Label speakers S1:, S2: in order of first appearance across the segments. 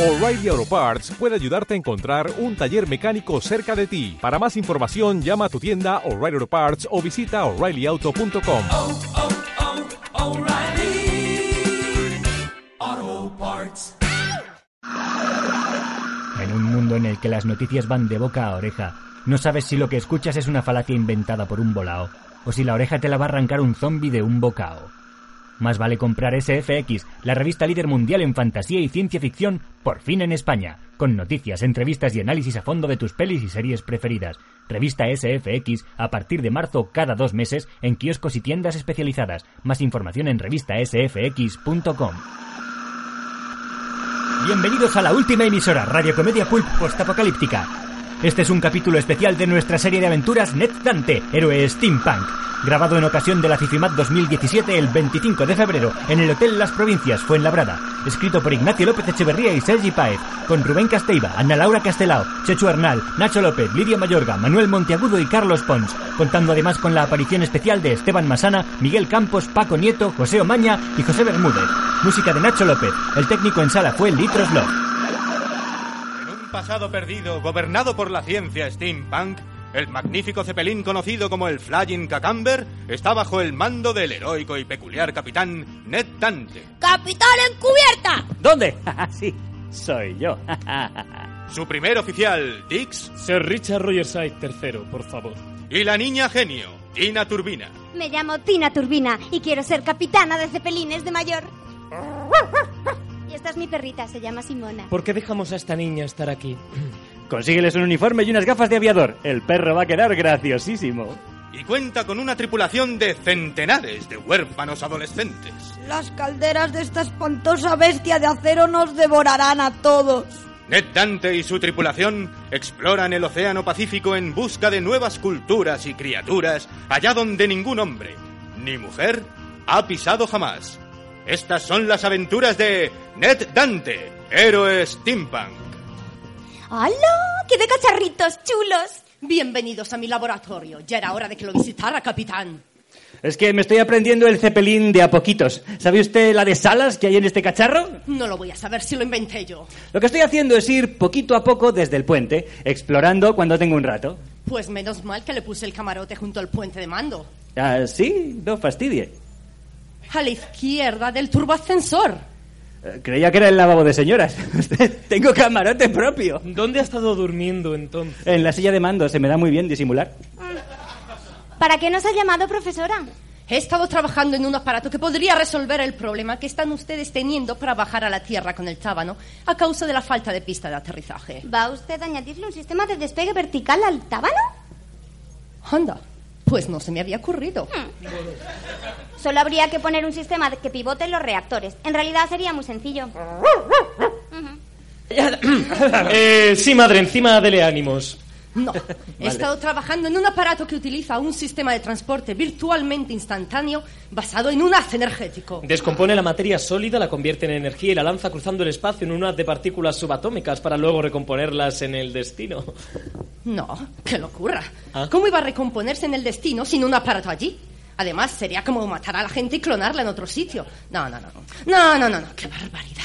S1: O'Reilly Auto Parts puede ayudarte a encontrar un taller mecánico cerca de ti. Para más información, llama a tu tienda O'Reilly Auto Parts o visita oreillyauto.com.
S2: Oh, O'Reilly Auto Parts.
S3: En un mundo en el que las noticias van de boca a oreja, no sabes si lo que escuchas es una falacia inventada por un volao o si la oreja te la va a arrancar un zombi de un bocao. Más vale comprar SFX, la revista líder mundial en fantasía y ciencia ficción, por fin en España, con noticias, entrevistas y análisis a fondo de tus pelis y series preferidas. Revista SFX a partir de marzo cada dos meses en kioscos y tiendas especializadas. Más información en revistasfx.com. Bienvenidos a la última emisora, Radio Comedia Pulp Postapocalíptica. Este es un capítulo especial de nuestra serie de aventuras Net Dante, héroe steampunk, grabado en ocasión de la CICIMAT 2017 el 25 de febrero en el Hotel Las Provincias, Fuenlabrada. Escrito por Ignacio López Echeverría y Sergi Paez, con Rubén Casteiva, Ana Laura Castelao, Chechu Arnal, Nacho López, Lidia Mayorga, Manuel Monteagudo y Carlos Pons, contando además con la aparición especial de Esteban Masana, Miguel Campos, Paco Nieto, José Omaña y José Bermúdez. Música de Nacho López. El técnico en sala fue Litros Love.
S4: En un pasado perdido, gobernado por la ciencia steampunk, el magnífico cepelín conocido como el Flying Cacamber está bajo el mando del heroico y peculiar capitán Ned Dante.
S5: ¡Capitán encubierta!
S6: Ah, ¿Dónde? sí, soy yo.
S4: Su primer oficial, Dix,
S7: Sir Richard Rogerside III, por favor.
S4: y la niña genio, Tina Turbina.
S8: Me llamo Tina Turbina y quiero ser capitana de cepelines de mayor. Y esta es mi perrita, se llama Simona.
S7: ¿Por qué dejamos a esta niña estar aquí?
S6: Consígueles un uniforme y unas gafas de aviador. El perro va a quedar graciosísimo.
S4: Y cuenta con una tripulación de centenares de huérfanos adolescentes.
S5: Las calderas de esta espantosa bestia de acero nos devorarán a todos.
S4: Ned Dante y su tripulación exploran el Océano Pacífico en busca de nuevas culturas y criaturas allá donde ningún hombre ni mujer ha pisado jamás. Estas son las aventuras de Ned Dante, héroe steampunk.
S8: ¡Hala! ¡Qué de cacharritos chulos!
S9: Bienvenidos a mi laboratorio. Ya era hora de que lo visitara, capitán.
S6: Es que me estoy aprendiendo el cepelín de a poquitos. ¿Sabe usted la de salas que hay en este cacharro?
S9: No lo voy a saber si lo inventé yo.
S6: Lo que estoy haciendo es ir poquito a poco desde el puente, explorando cuando tengo un rato.
S9: Pues menos mal que le puse el camarote junto al puente de mando.
S6: Ah, sí, no fastidie.
S9: A la izquierda del turboascensor.
S6: Eh, Creía que era el lavabo de señoras. tengo camarote propio.
S7: ¿Dónde ha estado durmiendo entonces?
S6: En la silla de mando se me da muy bien disimular.
S8: ¿Para qué nos ha llamado profesora?
S9: He estado trabajando en un aparato que podría resolver el problema que están ustedes teniendo para bajar a la tierra con el tábano a causa de la falta de pista de aterrizaje.
S8: ¿Va usted a añadirle un sistema de despegue vertical al tábano?
S9: Anda, pues no se me había ocurrido.
S8: Hmm. Solo habría que poner un sistema de- que pivote los reactores. En realidad sería muy sencillo.
S7: Eh, sí, madre, encima dele ánimos.
S9: No, he estado trabajando en un aparato que utiliza un sistema de transporte virtualmente instantáneo basado en un haz energético.
S7: Descompone la materia sólida, la convierte en energía y la lanza cruzando el espacio en un haz de partículas subatómicas para luego recomponerlas en el destino.
S9: No, qué locura.
S7: ¿Ah?
S9: ¿Cómo iba a recomponerse en el destino sin un aparato allí? Además, sería como matar a la gente y clonarla en otro sitio. No, no, no. No, no, no, no. Qué barbaridad.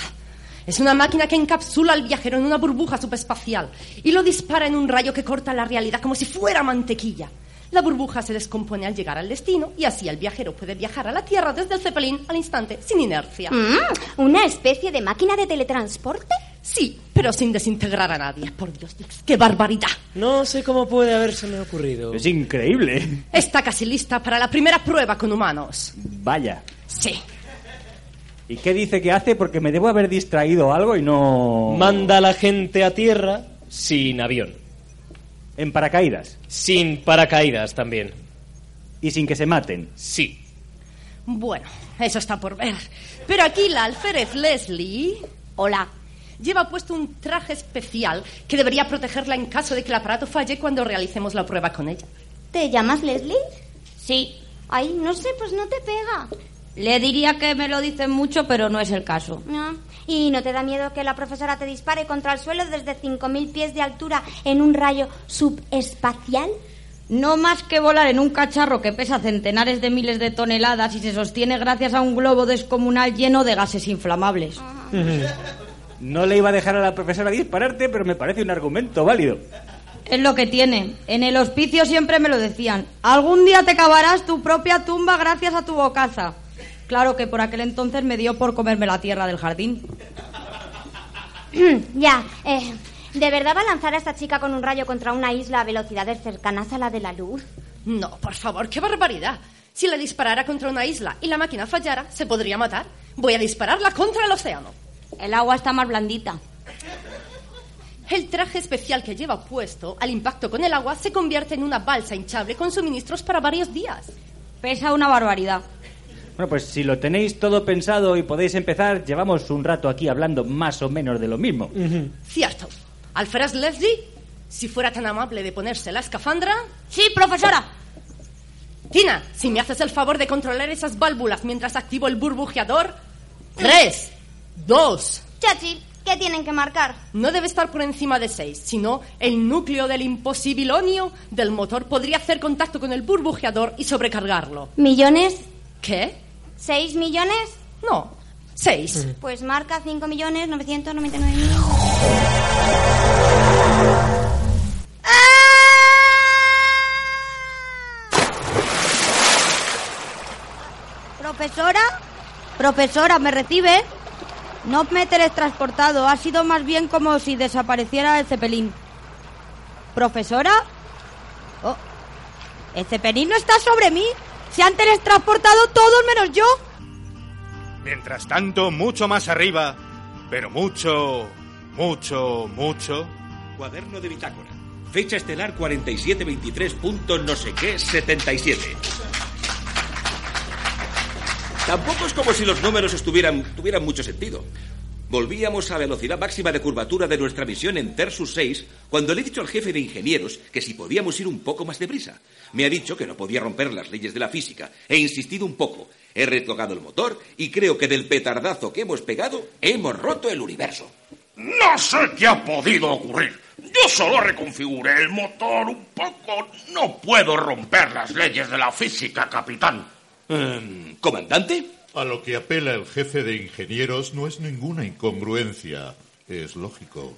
S9: Es una máquina que encapsula al viajero en una burbuja subespacial y lo dispara en un rayo que corta la realidad como si fuera mantequilla. La burbuja se descompone al llegar al destino y así el viajero puede viajar a la Tierra desde el Zeppelin al instante sin inercia.
S8: Mm, ¿Una especie de máquina de teletransporte?
S9: Sí, pero sin desintegrar a nadie. Por Dios, Dix, qué barbaridad.
S7: No sé cómo puede habérseme ocurrido.
S6: Es increíble.
S9: Está casi lista para la primera prueba con humanos.
S6: Vaya.
S9: Sí.
S6: ¿Y qué dice que hace? Porque me debo haber distraído algo y no...
S7: Manda a la gente a tierra sin avión.
S6: En paracaídas.
S7: Sin paracaídas también.
S6: Y sin que se maten.
S7: Sí.
S9: Bueno, eso está por ver. Pero aquí la alférez Leslie. Hola. Lleva puesto un traje especial que debería protegerla en caso de que el aparato falle cuando realicemos la prueba con ella.
S8: ¿Te llamas Leslie?
S5: Sí,
S8: Ay, no sé, pues no te pega.
S5: le diría que me lo dicen mucho, pero no es el caso.
S8: No. ¿Y no te da miedo que la profesora te dispare contra el suelo desde 5.000 pies de altura en un rayo subespacial?
S5: No más que volar en un cacharro que pesa centenares de miles de
S8: Ah.
S5: toneladas y se sostiene gracias a un globo descomunal lleno de gases inflamables.
S3: No le iba a dejar a la profesora dispararte, pero me parece un argumento válido.
S5: Es lo que tiene. En el hospicio siempre me lo decían. Algún día te cavarás tu propia tumba gracias a tu bocaza. Claro que por aquel entonces me dio por comerme la tierra del jardín.
S8: ya, eh, ¿de verdad va a lanzar a esta chica con un rayo contra una isla a velocidades cercanas a la de la luz?
S9: No, por favor, qué barbaridad. Si la disparara contra una isla y la máquina fallara, se podría matar. Voy a dispararla contra el océano.
S5: El agua está más blandita.
S9: El traje especial que lleva puesto al impacto con el agua se convierte en una balsa hinchable con suministros para varios días.
S5: Pesa una barbaridad.
S3: Bueno, pues si lo tenéis todo pensado y podéis empezar, llevamos un rato aquí hablando más o menos de lo mismo.
S9: Cierto. Alferaz Leslie, si fuera tan amable de ponerse la escafandra.
S5: Sí, profesora.
S9: Tina, si me haces el favor de controlar esas válvulas mientras activo el burbujeador. Tres, dos.
S8: Mm. Chachi, ¿qué tienen que marcar?
S9: No debe estar por encima de seis, sino el núcleo del imposibilonio del motor podría hacer contacto con el burbujeador y sobrecargarlo.
S8: ¿Millones?
S9: ¿Qué?
S8: ¿Seis millones?
S9: No. Seis.
S8: Pues marca 5 millones 999 mil.
S5: ¿Profesora? Profesora, ¿me recibe? No me teletransportado, ha sido más bien como si desapareciera el cepelín. ¿Profesora? Oh, el cepelín no está sobre mí. Se han teletransportado todos menos yo.
S4: Mientras tanto, mucho más arriba, pero mucho, mucho, mucho.
S1: Cuaderno de bitácora. Fecha estelar 4723. no sé qué 77. Tampoco es como si los números estuvieran, tuvieran mucho sentido. Volvíamos a velocidad máxima de curvatura de nuestra misión en Tersus 6 cuando le he dicho al jefe de ingenieros que si podíamos ir un poco más deprisa. Me ha dicho que no podía romper las leyes de la física. He insistido un poco. He retocado el motor y creo que del petardazo que hemos pegado hemos roto el universo.
S10: No sé qué ha podido ocurrir. Yo solo reconfiguré el motor un poco. No puedo romper las leyes de la física, capitán.
S1: Em, ¿Comandante?
S11: A lo que apela el jefe de ingenieros no es ninguna incongruencia. Es lógico.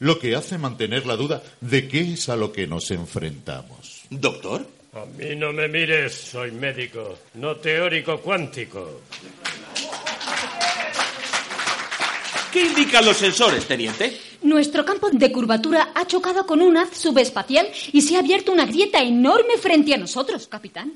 S11: Lo que hace mantener la duda de qué es a lo que nos enfrentamos.
S1: ¿Doctor?
S2: A mí no me mires, soy médico, no teórico cuántico.
S1: ¿Qué indican los sensores, teniente?
S12: Nuestro campo de curvatura ha chocado con un haz subespacial y se ha abierto una grieta enorme frente a nosotros, capitán.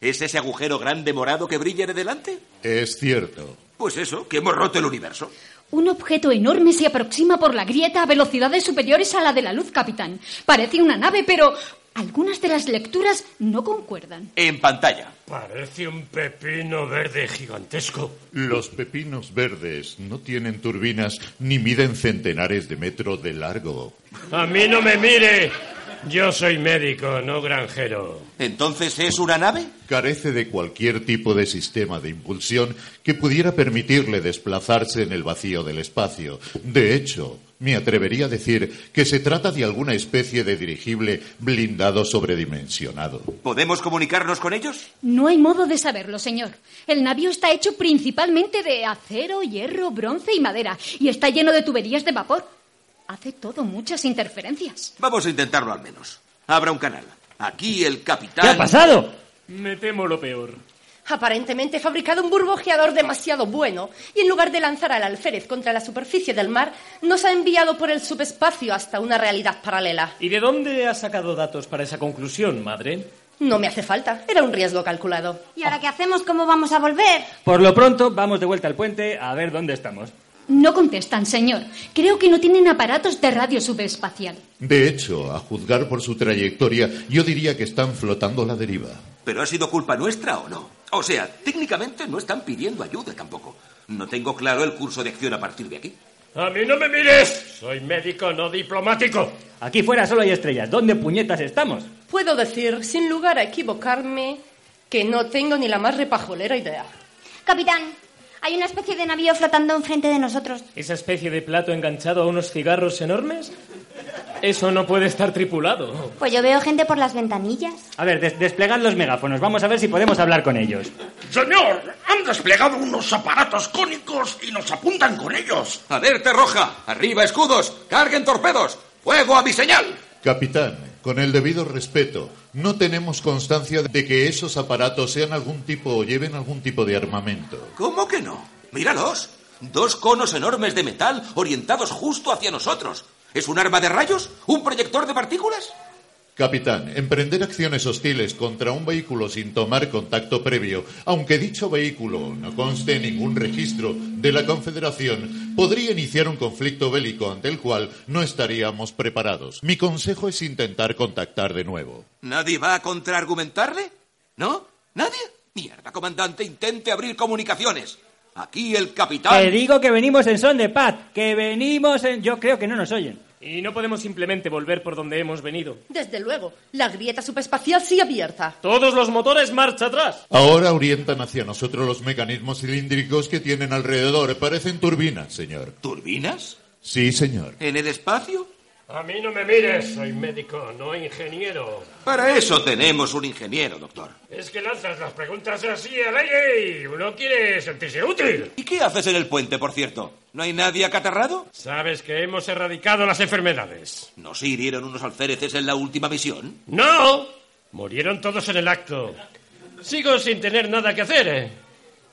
S1: ¿Es ese agujero grande morado que brilla en delante?
S11: Es cierto.
S1: Pues eso, que hemos roto el universo.
S12: Un objeto enorme se aproxima por la grieta a velocidades superiores a la de la luz, capitán. Parece una nave, pero algunas de las lecturas no concuerdan.
S1: En pantalla.
S2: Parece un pepino verde gigantesco.
S11: Los pepinos verdes no tienen turbinas ni miden centenares de metros de largo.
S2: A mí no me mire, yo soy médico, no granjero.
S1: ¿Entonces es una nave?
S11: Carece de cualquier tipo de sistema de impulsión que pudiera permitirle desplazarse en el vacío del espacio. De hecho, me atrevería a decir que se trata de alguna especie de dirigible blindado sobredimensionado.
S1: ¿Podemos comunicarnos con ellos?
S12: No hay modo de saberlo, señor. El navío está hecho principalmente de acero, hierro, bronce y madera y está lleno de tuberías de vapor. Hace todo muchas interferencias.
S1: Vamos a intentarlo al menos. Abra un canal. Aquí el capitán.
S3: ¿Qué ha pasado?
S7: Me temo lo peor.
S9: Aparentemente he fabricado un burbujeador demasiado bueno y en lugar de lanzar al alférez contra la superficie del mar, nos ha enviado por el subespacio hasta una realidad paralela.
S7: ¿Y de dónde has sacado datos para esa conclusión, madre?
S9: No me hace falta, era un riesgo calculado.
S8: ¿Y ahora qué hacemos? ¿Cómo vamos a volver?
S3: Por lo pronto, vamos de vuelta al puente a ver dónde estamos.
S12: No contestan, señor. Creo que no tienen aparatos de radio subespacial.
S11: De hecho, a juzgar por su trayectoria, yo diría que están flotando a la deriva.
S1: ¿Pero ha sido culpa nuestra o no? O sea, técnicamente no están pidiendo ayuda tampoco. No tengo claro el curso de acción a partir de aquí.
S2: A mí no me mires, soy médico, no diplomático.
S3: Aquí fuera solo hay estrellas. ¿Dónde puñetas estamos?
S9: Puedo decir, sin lugar a equivocarme, que no tengo ni la más repajolera idea.
S8: Capitán, hay una especie de navío flotando enfrente de nosotros.
S7: ¿Esa especie de plato enganchado a unos cigarros enormes? Eso no puede estar tripulado.
S8: Pues yo veo gente por las ventanillas.
S3: A ver, des- desplegad los megáfonos. Vamos a ver si podemos hablar con ellos.
S10: Señor, han desplegado unos aparatos cónicos y nos apuntan con ellos.
S1: ¡Alerta roja! ¡Arriba escudos! ¡Carguen torpedos! ¡Fuego a mi señal!
S11: Capitán, con el debido respeto, no tenemos constancia de que esos aparatos sean algún tipo o lleven algún tipo de armamento.
S1: ¿Cómo que no? Míralos. Dos conos enormes de metal orientados justo hacia nosotros. ¿Es un arma de rayos? ¿Un proyector de partículas?
S11: Capitán, emprender acciones hostiles contra un vehículo sin tomar contacto previo, aunque dicho vehículo no conste en ningún registro de la Confederación, podría iniciar un conflicto bélico ante el cual no estaríamos preparados. Mi consejo es intentar contactar de nuevo.
S1: ¿Nadie va a contraargumentarle? ¿No? ¿Nadie? Mierda, comandante, intente abrir comunicaciones. Aquí el capitán.
S3: Te digo que venimos en son de paz. Que venimos en... Yo creo que no nos oyen.
S7: Y no podemos simplemente volver por donde hemos venido.
S9: Desde luego, la grieta subespacial sigue abierta.
S7: Todos los motores marcha atrás.
S11: Ahora orientan hacia nosotros los mecanismos cilíndricos que tienen alrededor. Parecen turbinas, señor.
S1: ¿Turbinas?
S11: Sí, señor.
S1: ¿En el espacio?
S2: A mí no me mires, soy médico, no ingeniero.
S1: Para eso tenemos un ingeniero, doctor.
S2: Es que lanzas las preguntas así al aire y uno quiere sentirse útil.
S1: ¿Y qué haces en el puente, por cierto? ¿No hay nadie acatarrado?
S2: Sabes que hemos erradicado las enfermedades.
S1: ¿No se hirieron unos alféreces en la última misión?
S2: ¡No! Murieron todos en el acto. Sigo sin tener nada que hacer. eh.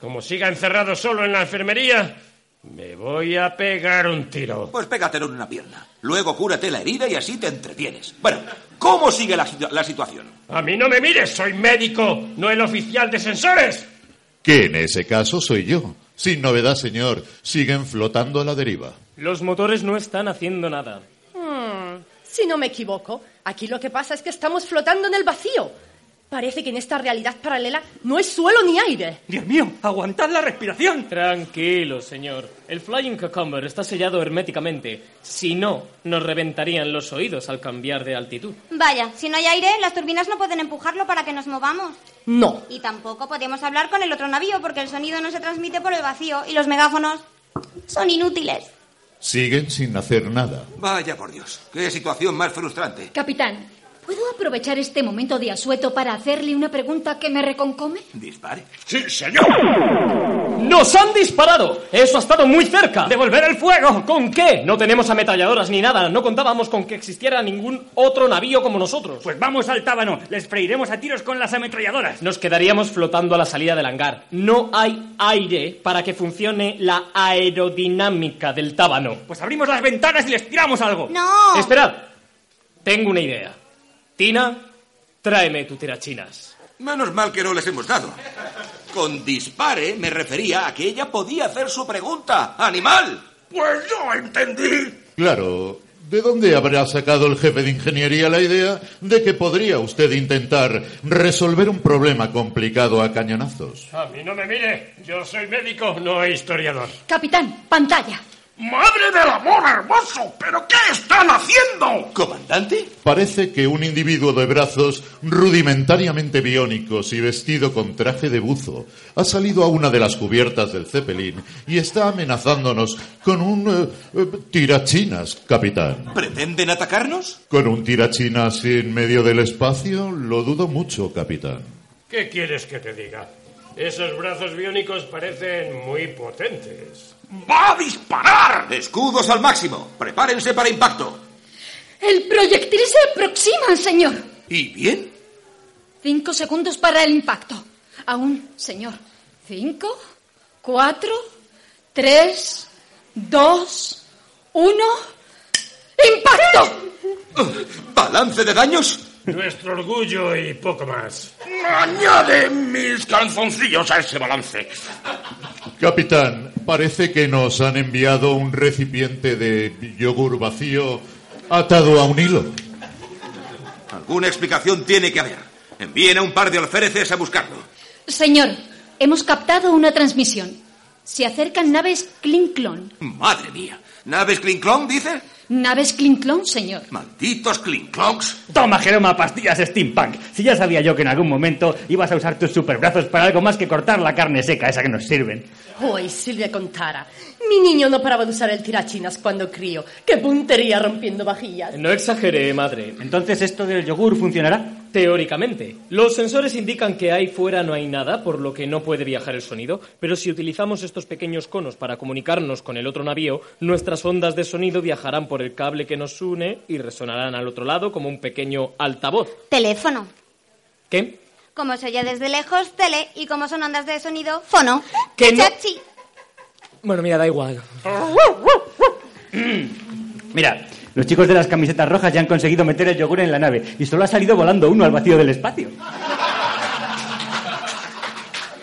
S2: Como siga encerrado solo en la enfermería, me voy a pegar un tiro.
S1: Pues pégatelo en una pierna. Luego cúrate la herida y así te entretienes. Bueno, ¿cómo sigue la, situ- la situación?
S2: A mí no me mires, soy médico, no el oficial de sensores.
S11: Que en ese caso soy yo. Sin novedad, señor. Siguen flotando a la deriva.
S7: Los motores no están haciendo nada.
S9: Hmm, si no me equivoco, aquí lo que pasa es que estamos flotando en el vacío. Parece que en esta realidad paralela no es suelo ni aire.
S7: Dios mío, aguantad la respiración. Tranquilo, señor. El Flying Cucumber está sellado herméticamente. Si no, nos reventarían los oídos al cambiar de altitud.
S8: Vaya, si no hay aire, las turbinas no pueden empujarlo para que nos movamos.
S9: No.
S8: Y tampoco podemos hablar con el otro navío porque el sonido no se transmite por el vacío y los megáfonos son inútiles.
S11: Siguen sin hacer nada.
S1: Vaya por Dios, qué situación más frustrante.
S12: Capitán, ¿puedo aprovechar este momento de asueto para hacerle una pregunta que me reconcome?
S1: Dispare.
S10: Sí, señor.
S7: ¡Nos han disparado! ¡Eso ha estado muy cerca! ¡Devolver el fuego! ¿Con qué? No tenemos ametralladoras ni nada. No contábamos con que existiera ningún otro navío como nosotros. Pues vamos al tábano. Les freiremos a tiros con las ametralladoras. Nos quedaríamos flotando a la salida del hangar. No hay aire para que funcione la aerodinámica del tábano. Pues abrimos las ventanas y les tiramos algo.
S8: ¡No!
S7: Esperad. Tengo una idea. Tina, tráeme tu tirachinas.
S1: Menos mal que no les hemos dado. Con dispare me refería a que ella podía hacer su pregunta. ¡Animal!
S10: Pues yo entendí.
S11: Claro, ¿de dónde habrá sacado el jefe de ingeniería la idea de que podría usted intentar resolver un problema complicado a cañonazos?
S2: A mí no me mire, yo soy médico, no historiador.
S12: Capitán, pantalla.
S10: ¡Madre del amor hermoso! ¿Pero qué están haciendo?
S1: ¿Comandante?
S11: Parece que un individuo de brazos rudimentariamente biónicos y vestido con traje de buzo ha salido a una de las cubiertas del Zeppelin y está amenazándonos con un eh, eh, tirachinas, capitán.
S1: ¿Pretenden atacarnos?
S11: ¿Con un tirachinas en medio del espacio? Lo dudo mucho, capitán.
S2: ¿Qué quieres que te diga? Esos brazos biónicos parecen muy potentes.
S10: ¡Va a disparar!
S1: Escudos al máximo. Prepárense para impacto.
S12: El proyectil se aproxima, señor.
S1: ¿Y bien?
S12: Cinco segundos para el impacto. Aún, señor. Cinco, cuatro, tres, dos, uno. ¡Impacto!
S1: ¿Balance de daños?
S2: Nuestro orgullo y poco más.
S10: Añade mis calzoncillos a ese balance.
S11: Capitán, parece que nos han enviado un recipiente de yogur vacío atado a un hilo.
S1: Alguna explicación tiene que haber. Envíen a un par de alféreces a buscarlo.
S12: Señor, hemos captado una transmisión. Se acercan naves Klinklon.
S1: Madre mía. ¿Naves Klinklon, dice?
S12: Naves Clintlon, señor.
S10: Malditos clinclonks.
S3: Toma, Jeroma, pastillas steampunk. Si ya sabía yo que en algún momento ibas a usar tus superbrazos para algo más que cortar la carne seca, esa que nos sirven.
S9: Hoy Silvia contara. Mi niño no paraba de usar el tirachinas cuando crío. ¡Qué puntería rompiendo vajillas!
S7: No exageré, madre. Entonces, ¿esto del yogur funcionará? Teóricamente. Los sensores indican que ahí fuera no hay nada, por lo que no puede viajar el sonido, pero si utilizamos estos pequeños conos para comunicarnos con el otro navío, nuestras ondas de sonido viajarán por el cable que nos une y resonarán al otro lado como un pequeño altavoz.
S8: Teléfono.
S7: ¿Qué?
S8: Como se oye desde lejos, tele, y como son ondas de sonido, fono.
S7: Que no-
S8: Chachi.
S7: Bueno, mira, da igual.
S3: Mira, los chicos de las camisetas rojas ya han conseguido meter el yogur en la nave y solo ha salido volando uno al vacío del espacio.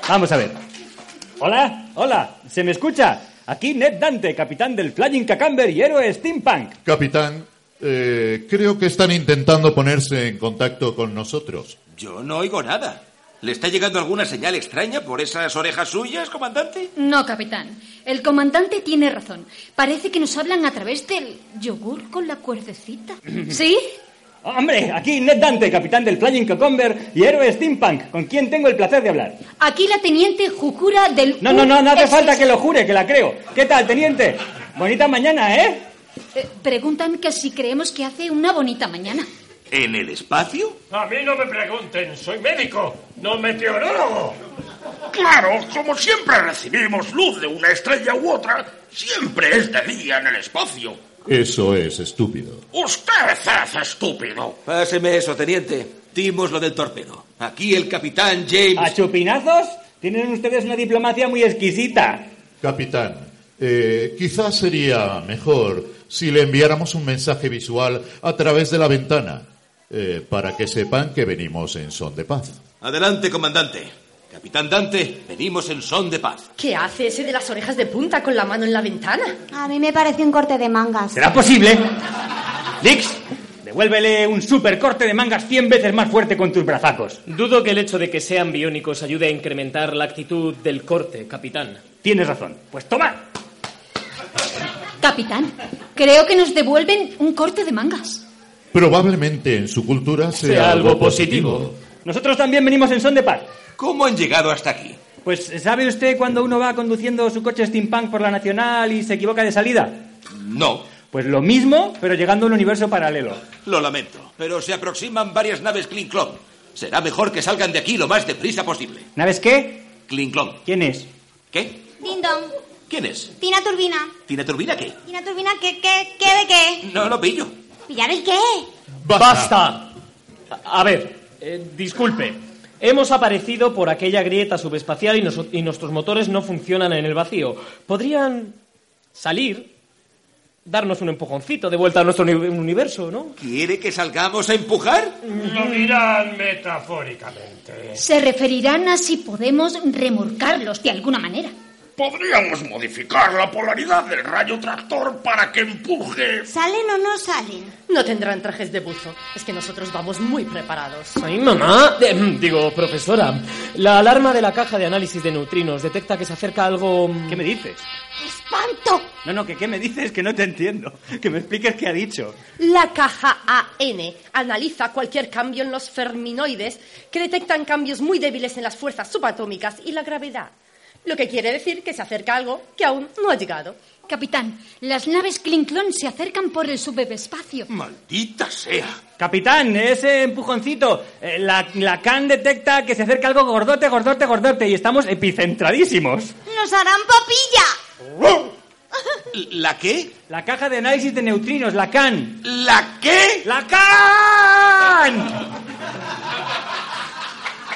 S3: Vamos a ver. Hola, hola, ¿se me escucha? Aquí Ned Dante, capitán del Flying Cacamber y héroe Pues, steampunk.
S11: Capitán, eh, creo que están intentando ponerse en contacto con nosotros.
S1: Yo no oigo nada. ¿Le está llegando alguna señal extraña por esas orejas suyas, comandante?
S12: No, capitán. El comandante tiene razón. Parece que nos hablan a través del yogur con la cuerdecita. ¿Sí?
S3: Hombre, aquí Ned Dante, capitán del Flying Cacamber y héroe steampunk, con quien tengo el placer de hablar.
S12: Aquí la teniente Jucura del...
S3: No, no, no, no hace
S12: USS.
S3: falta que lo jure, que la creo. ¿Qué tal, teniente? Bonita mañana, ¿eh?
S12: Eh, preguntan que si creemos que hace una bonita mañana.
S1: ¿En el espacio?
S2: A mí no me pregunten, soy médico, no meteorólogo.
S10: Claro, como siempre recibimos luz de una estrella u otra, siempre es de día en el espacio.
S11: Eso es estúpido.
S10: Usted es estúpido.
S1: Páseme eso, teniente. Dimos lo del torpedo. Aquí el capitán James.
S3: ¿A chupinazos? Tienen ustedes una diplomacia muy exquisita.
S11: Capitán, eh, quizás sería mejor si le enviáramos un mensaje visual a través de la ventana, eh, para que sepan que venimos en son de paz.
S1: Adelante, comandante. Capitán Dante, venimos en son de paz.
S9: ¿Qué hace ese de las orejas de punta con la mano en la ventana?
S8: A mí me parece un corte de mangas.
S3: ¿Será posible? Dix, devuélvele un super corte de mangas 100 veces más fuerte con tus brazacos.
S7: Dudo que el hecho de que sean biónicos ayude a incrementar la actitud del corte, capitán.
S3: Tienes razón. Pues toma.
S12: Capitán, creo que nos devuelven un corte de mangas.
S11: Probablemente en su cultura sea,
S3: Sea algo
S11: positivo.
S3: Nosotros también venimos en son de paz.
S1: ¿Cómo han llegado hasta aquí?
S3: Pues, ¿sabe usted cuando uno va conduciendo su coche steampunk por la nacional y se equivoca de salida?
S1: No.
S3: Pues lo mismo, pero llegando a un universo paralelo.
S1: Lo lamento, pero se aproximan varias naves Klinklon. Será mejor que salgan de aquí lo más deprisa posible.
S3: ¿Naves qué?
S1: Klinklon.
S3: ¿Quién es?
S1: ¿Qué?
S8: Ding dong.
S1: ¿Quién es?
S8: Tina Turbina.
S1: ¿Tiene turbina qué?
S8: Tina Turbina, ¿qué, qué, qué de qué?
S1: No lo pillo.
S8: ¿Pillar el qué?
S7: ¡Basta! A a ver, eh, disculpe. Hemos aparecido por aquella grieta subespacial y, noso- y nuestros motores no funcionan en el vacío. ¿Podrían salir? Darnos un empujoncito de vuelta a nuestro uni- universo, ¿no?
S1: ¿Quiere que salgamos a empujar?
S2: Lo dirán metafóricamente.
S12: Se referirán a si podemos remorcarlos de alguna manera.
S10: Podríamos modificar la polaridad del rayo tractor para que empuje.
S8: ¿Salen o no salen?
S9: No tendrán trajes de buzo. Es que nosotros vamos muy preparados.
S7: Ay, mamá. Eh, digo, profesora. La alarma de la caja de análisis de neutrinos detecta que se acerca algo... mm, ¿Qué
S3: me dices?
S8: ¡Espanto!
S3: No, no, que qué me dices que no te entiendo. Que me expliques qué ha dicho.
S9: La caja AN analiza cualquier cambio en los ferminoides que detectan cambios muy débiles en las fuerzas subatómicas y la gravedad. Lo que quiere decir que se acerca algo que aún no ha llegado.
S12: Capitán, las naves Klinklon se acercan por el subespacio.
S10: Maldita sea.
S3: Capitán, ese empujoncito. eh, la, la CAN detecta que se acerca algo gordote, gordote, gordote y estamos epicentradísimos.
S8: ¡Nos harán papilla!
S1: ¿La qué?
S3: La caja de análisis de neutrinos, la CAN.
S1: ¿La qué?
S3: ¡La CAN!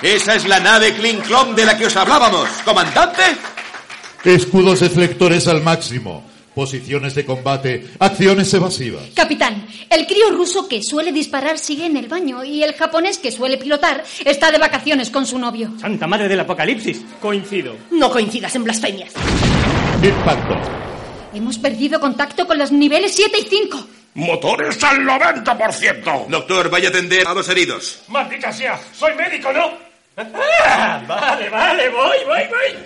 S1: Esa es la nave Klinklon de la que os hablábamos, comandante.
S11: Escudos deflectores al máximo, posiciones de combate, acciones evasivas.
S12: Capitán, el crío ruso que suele disparar sigue en el baño y el japonés que suele pilotar está de vacaciones con su novio.
S3: Santa madre del apocalipsis.
S7: Coincido.
S9: No coincidas en blasfemias.
S11: Impacto.
S12: Hemos perdido contacto con los niveles 7 y 5.
S10: Motores al 90%.
S1: Doctor, vaya a atender a los heridos.
S2: Maldita sea, soy médico, ¿no? Ah, vale, vale, voy, voy, voy.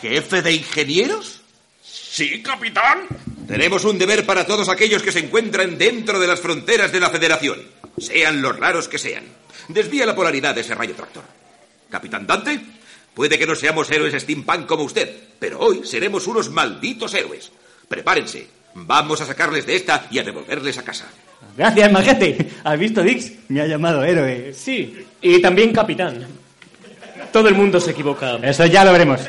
S1: ¿Jefe de ingenieros?
S10: Sí, capitán.
S1: Tenemos un deber para todos aquellos que se encuentran dentro de las fronteras de la Federación, sean los raros que sean. Desvía la polaridad de ese rayo tractor. Capitán Dante, puede que no seamos héroes steampunk como usted, pero hoy seremos unos malditos héroes. Prepárense, vamos a sacarles de esta y a devolverles a casa.
S3: Gracias, majete. ¿Has visto, Dix? Me ha llamado héroe.
S7: Sí, y también capitán. Todo el mundo se equivoca.
S3: Eso ya lo veremos.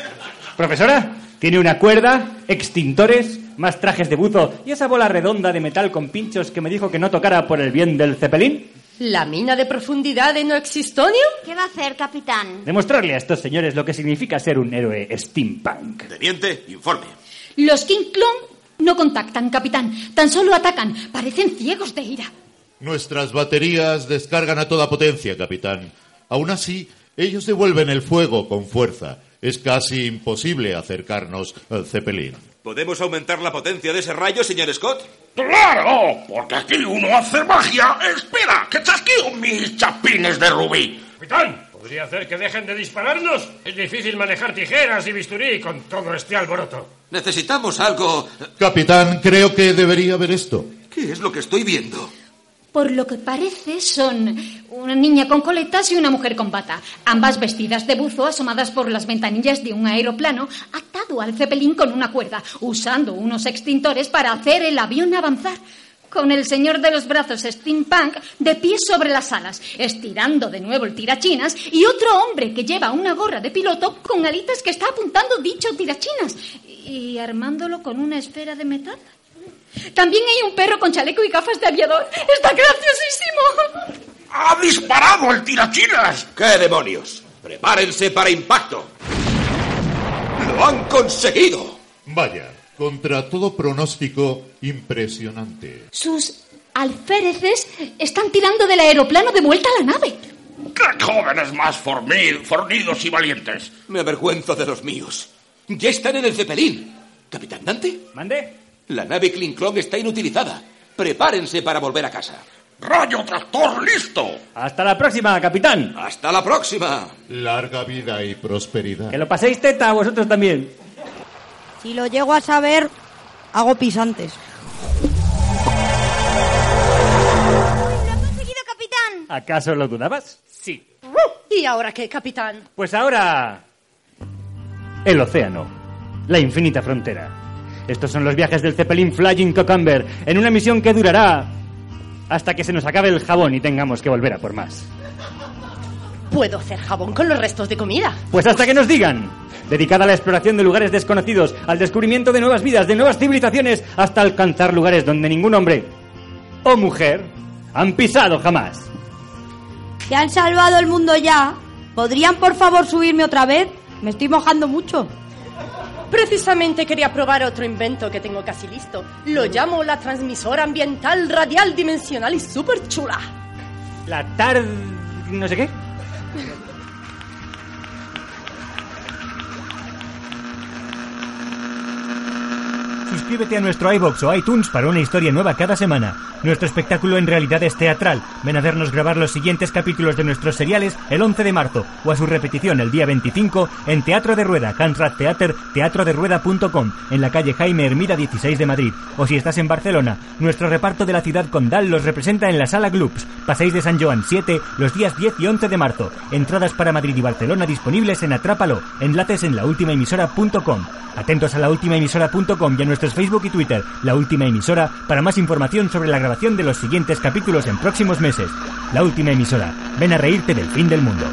S3: Profesora, tiene una cuerda, extintores, más trajes de buzo y esa bola redonda de metal con pinchos que me dijo que no tocara por el bien del cepelín.
S9: ¿La mina de profundidad de no existonio?
S8: ¿Qué va a hacer, capitán?
S3: Demostrarle a estos señores lo que significa ser un héroe steampunk.
S1: Teniente, informe.
S12: Los King Clone no contactan, capitán. Tan solo atacan. Parecen ciegos de ira.
S11: Nuestras baterías descargan a toda potencia, capitán. Aún así, ellos devuelven el fuego con fuerza. Es casi imposible acercarnos al Zeppelin.
S1: ¿Podemos aumentar la potencia de ese rayo, señor Scott?
S10: ¡Claro! Porque aquí uno hace magia. ¡Espera! ¡Que chasqueo mis chapines de rubí!
S2: Capitán, ¿podría hacer que dejen de dispararnos? Es difícil manejar tijeras y bisturí con todo este alboroto.
S1: Necesitamos algo.
S11: Capitán, creo que debería ver esto.
S1: ¿Qué es lo que estoy viendo?
S12: Por lo que parece, son una niña con coletas y una mujer con bata, ambas vestidas de buzo asomadas por las ventanillas de un aeroplano atado al cepelín con una cuerda, usando unos extintores para hacer el avión avanzar. Con el señor de los brazos steampunk de pie sobre las alas, estirando de nuevo el tirachinas, y otro hombre que lleva una gorra de piloto con alitas que está apuntando dicho tirachinas y armándolo con una esfera de metal. También hay un perro con chaleco y gafas de aviador. ¡Está graciosísimo!
S10: ¡Ha disparado el tirachinas!
S1: ¡Qué demonios! Prepárense para impacto. ¡Lo han conseguido!
S11: Vaya, contra todo pronóstico, impresionante.
S12: Sus alféreces están tirando del aeroplano de vuelta a la nave.
S10: ¡Qué jóvenes más formi- fornidos y valientes!
S1: Me avergüenzo de los míos. Ya están en el Zeppelin. ¿Capitán Dante?
S3: ¿Mande?
S1: La nave Klinklong está inutilizada. Prepárense para volver a casa.
S10: ¡Rayo tractor listo!
S3: Hasta la próxima, capitán.
S1: ¡Hasta la próxima!
S11: Larga vida y prosperidad.
S3: Que lo paséis teta a vosotros también.
S5: Si lo llego a saber, hago pisantes.
S3: ¿Acaso lo dudabas? Sí.
S9: ¡Uh! ¿Y ahora qué, capitán?
S3: Pues ahora... El océano. La infinita frontera. Estos son los viajes del Zeppelin Flying Cocamber en una misión que durará hasta que se nos acabe el jabón y tengamos que volver a por más.
S9: Puedo hacer jabón con los restos de comida.
S3: Pues hasta que nos digan. Dedicada a la exploración de lugares desconocidos, al descubrimiento de nuevas vidas, de nuevas civilizaciones, hasta alcanzar lugares donde ningún hombre o mujer han pisado jamás.
S5: Se han salvado el mundo ya. ¿Podrían por favor subirme otra vez? Me estoy mojando mucho.
S9: Precisamente quería probar otro invento que tengo casi listo. Lo llamo la transmisora ambiental radial dimensional y súper chula.
S3: La tarde... no sé qué.
S13: Suscríbete a nuestro iBox o iTunes para una historia nueva cada semana. Nuestro espectáculo en realidad es teatral. Ven a vernos grabar los siguientes capítulos de nuestros seriales el 11 de marzo o a su repetición el día 25 en Teatro de Rueda, Kansas Theater, teatroderueda.com, en la calle Jaime Hermida 16 de Madrid. O si estás en Barcelona, nuestro reparto de la ciudad condal los representa en la Sala Gloops, Paséis de San Joan 7, los días 10 y 11 de marzo. Entradas para Madrid y Barcelona disponibles en Atrápalo, enlaces en laultimaemisora.com. Atentos a laultimaemisora.com y a nuestros Facebook y Twitter, La Última Emisora, para más información sobre la grabación de los siguientes capítulos en próximos meses. La Última Emisora, ven a reírte del fin del mundo.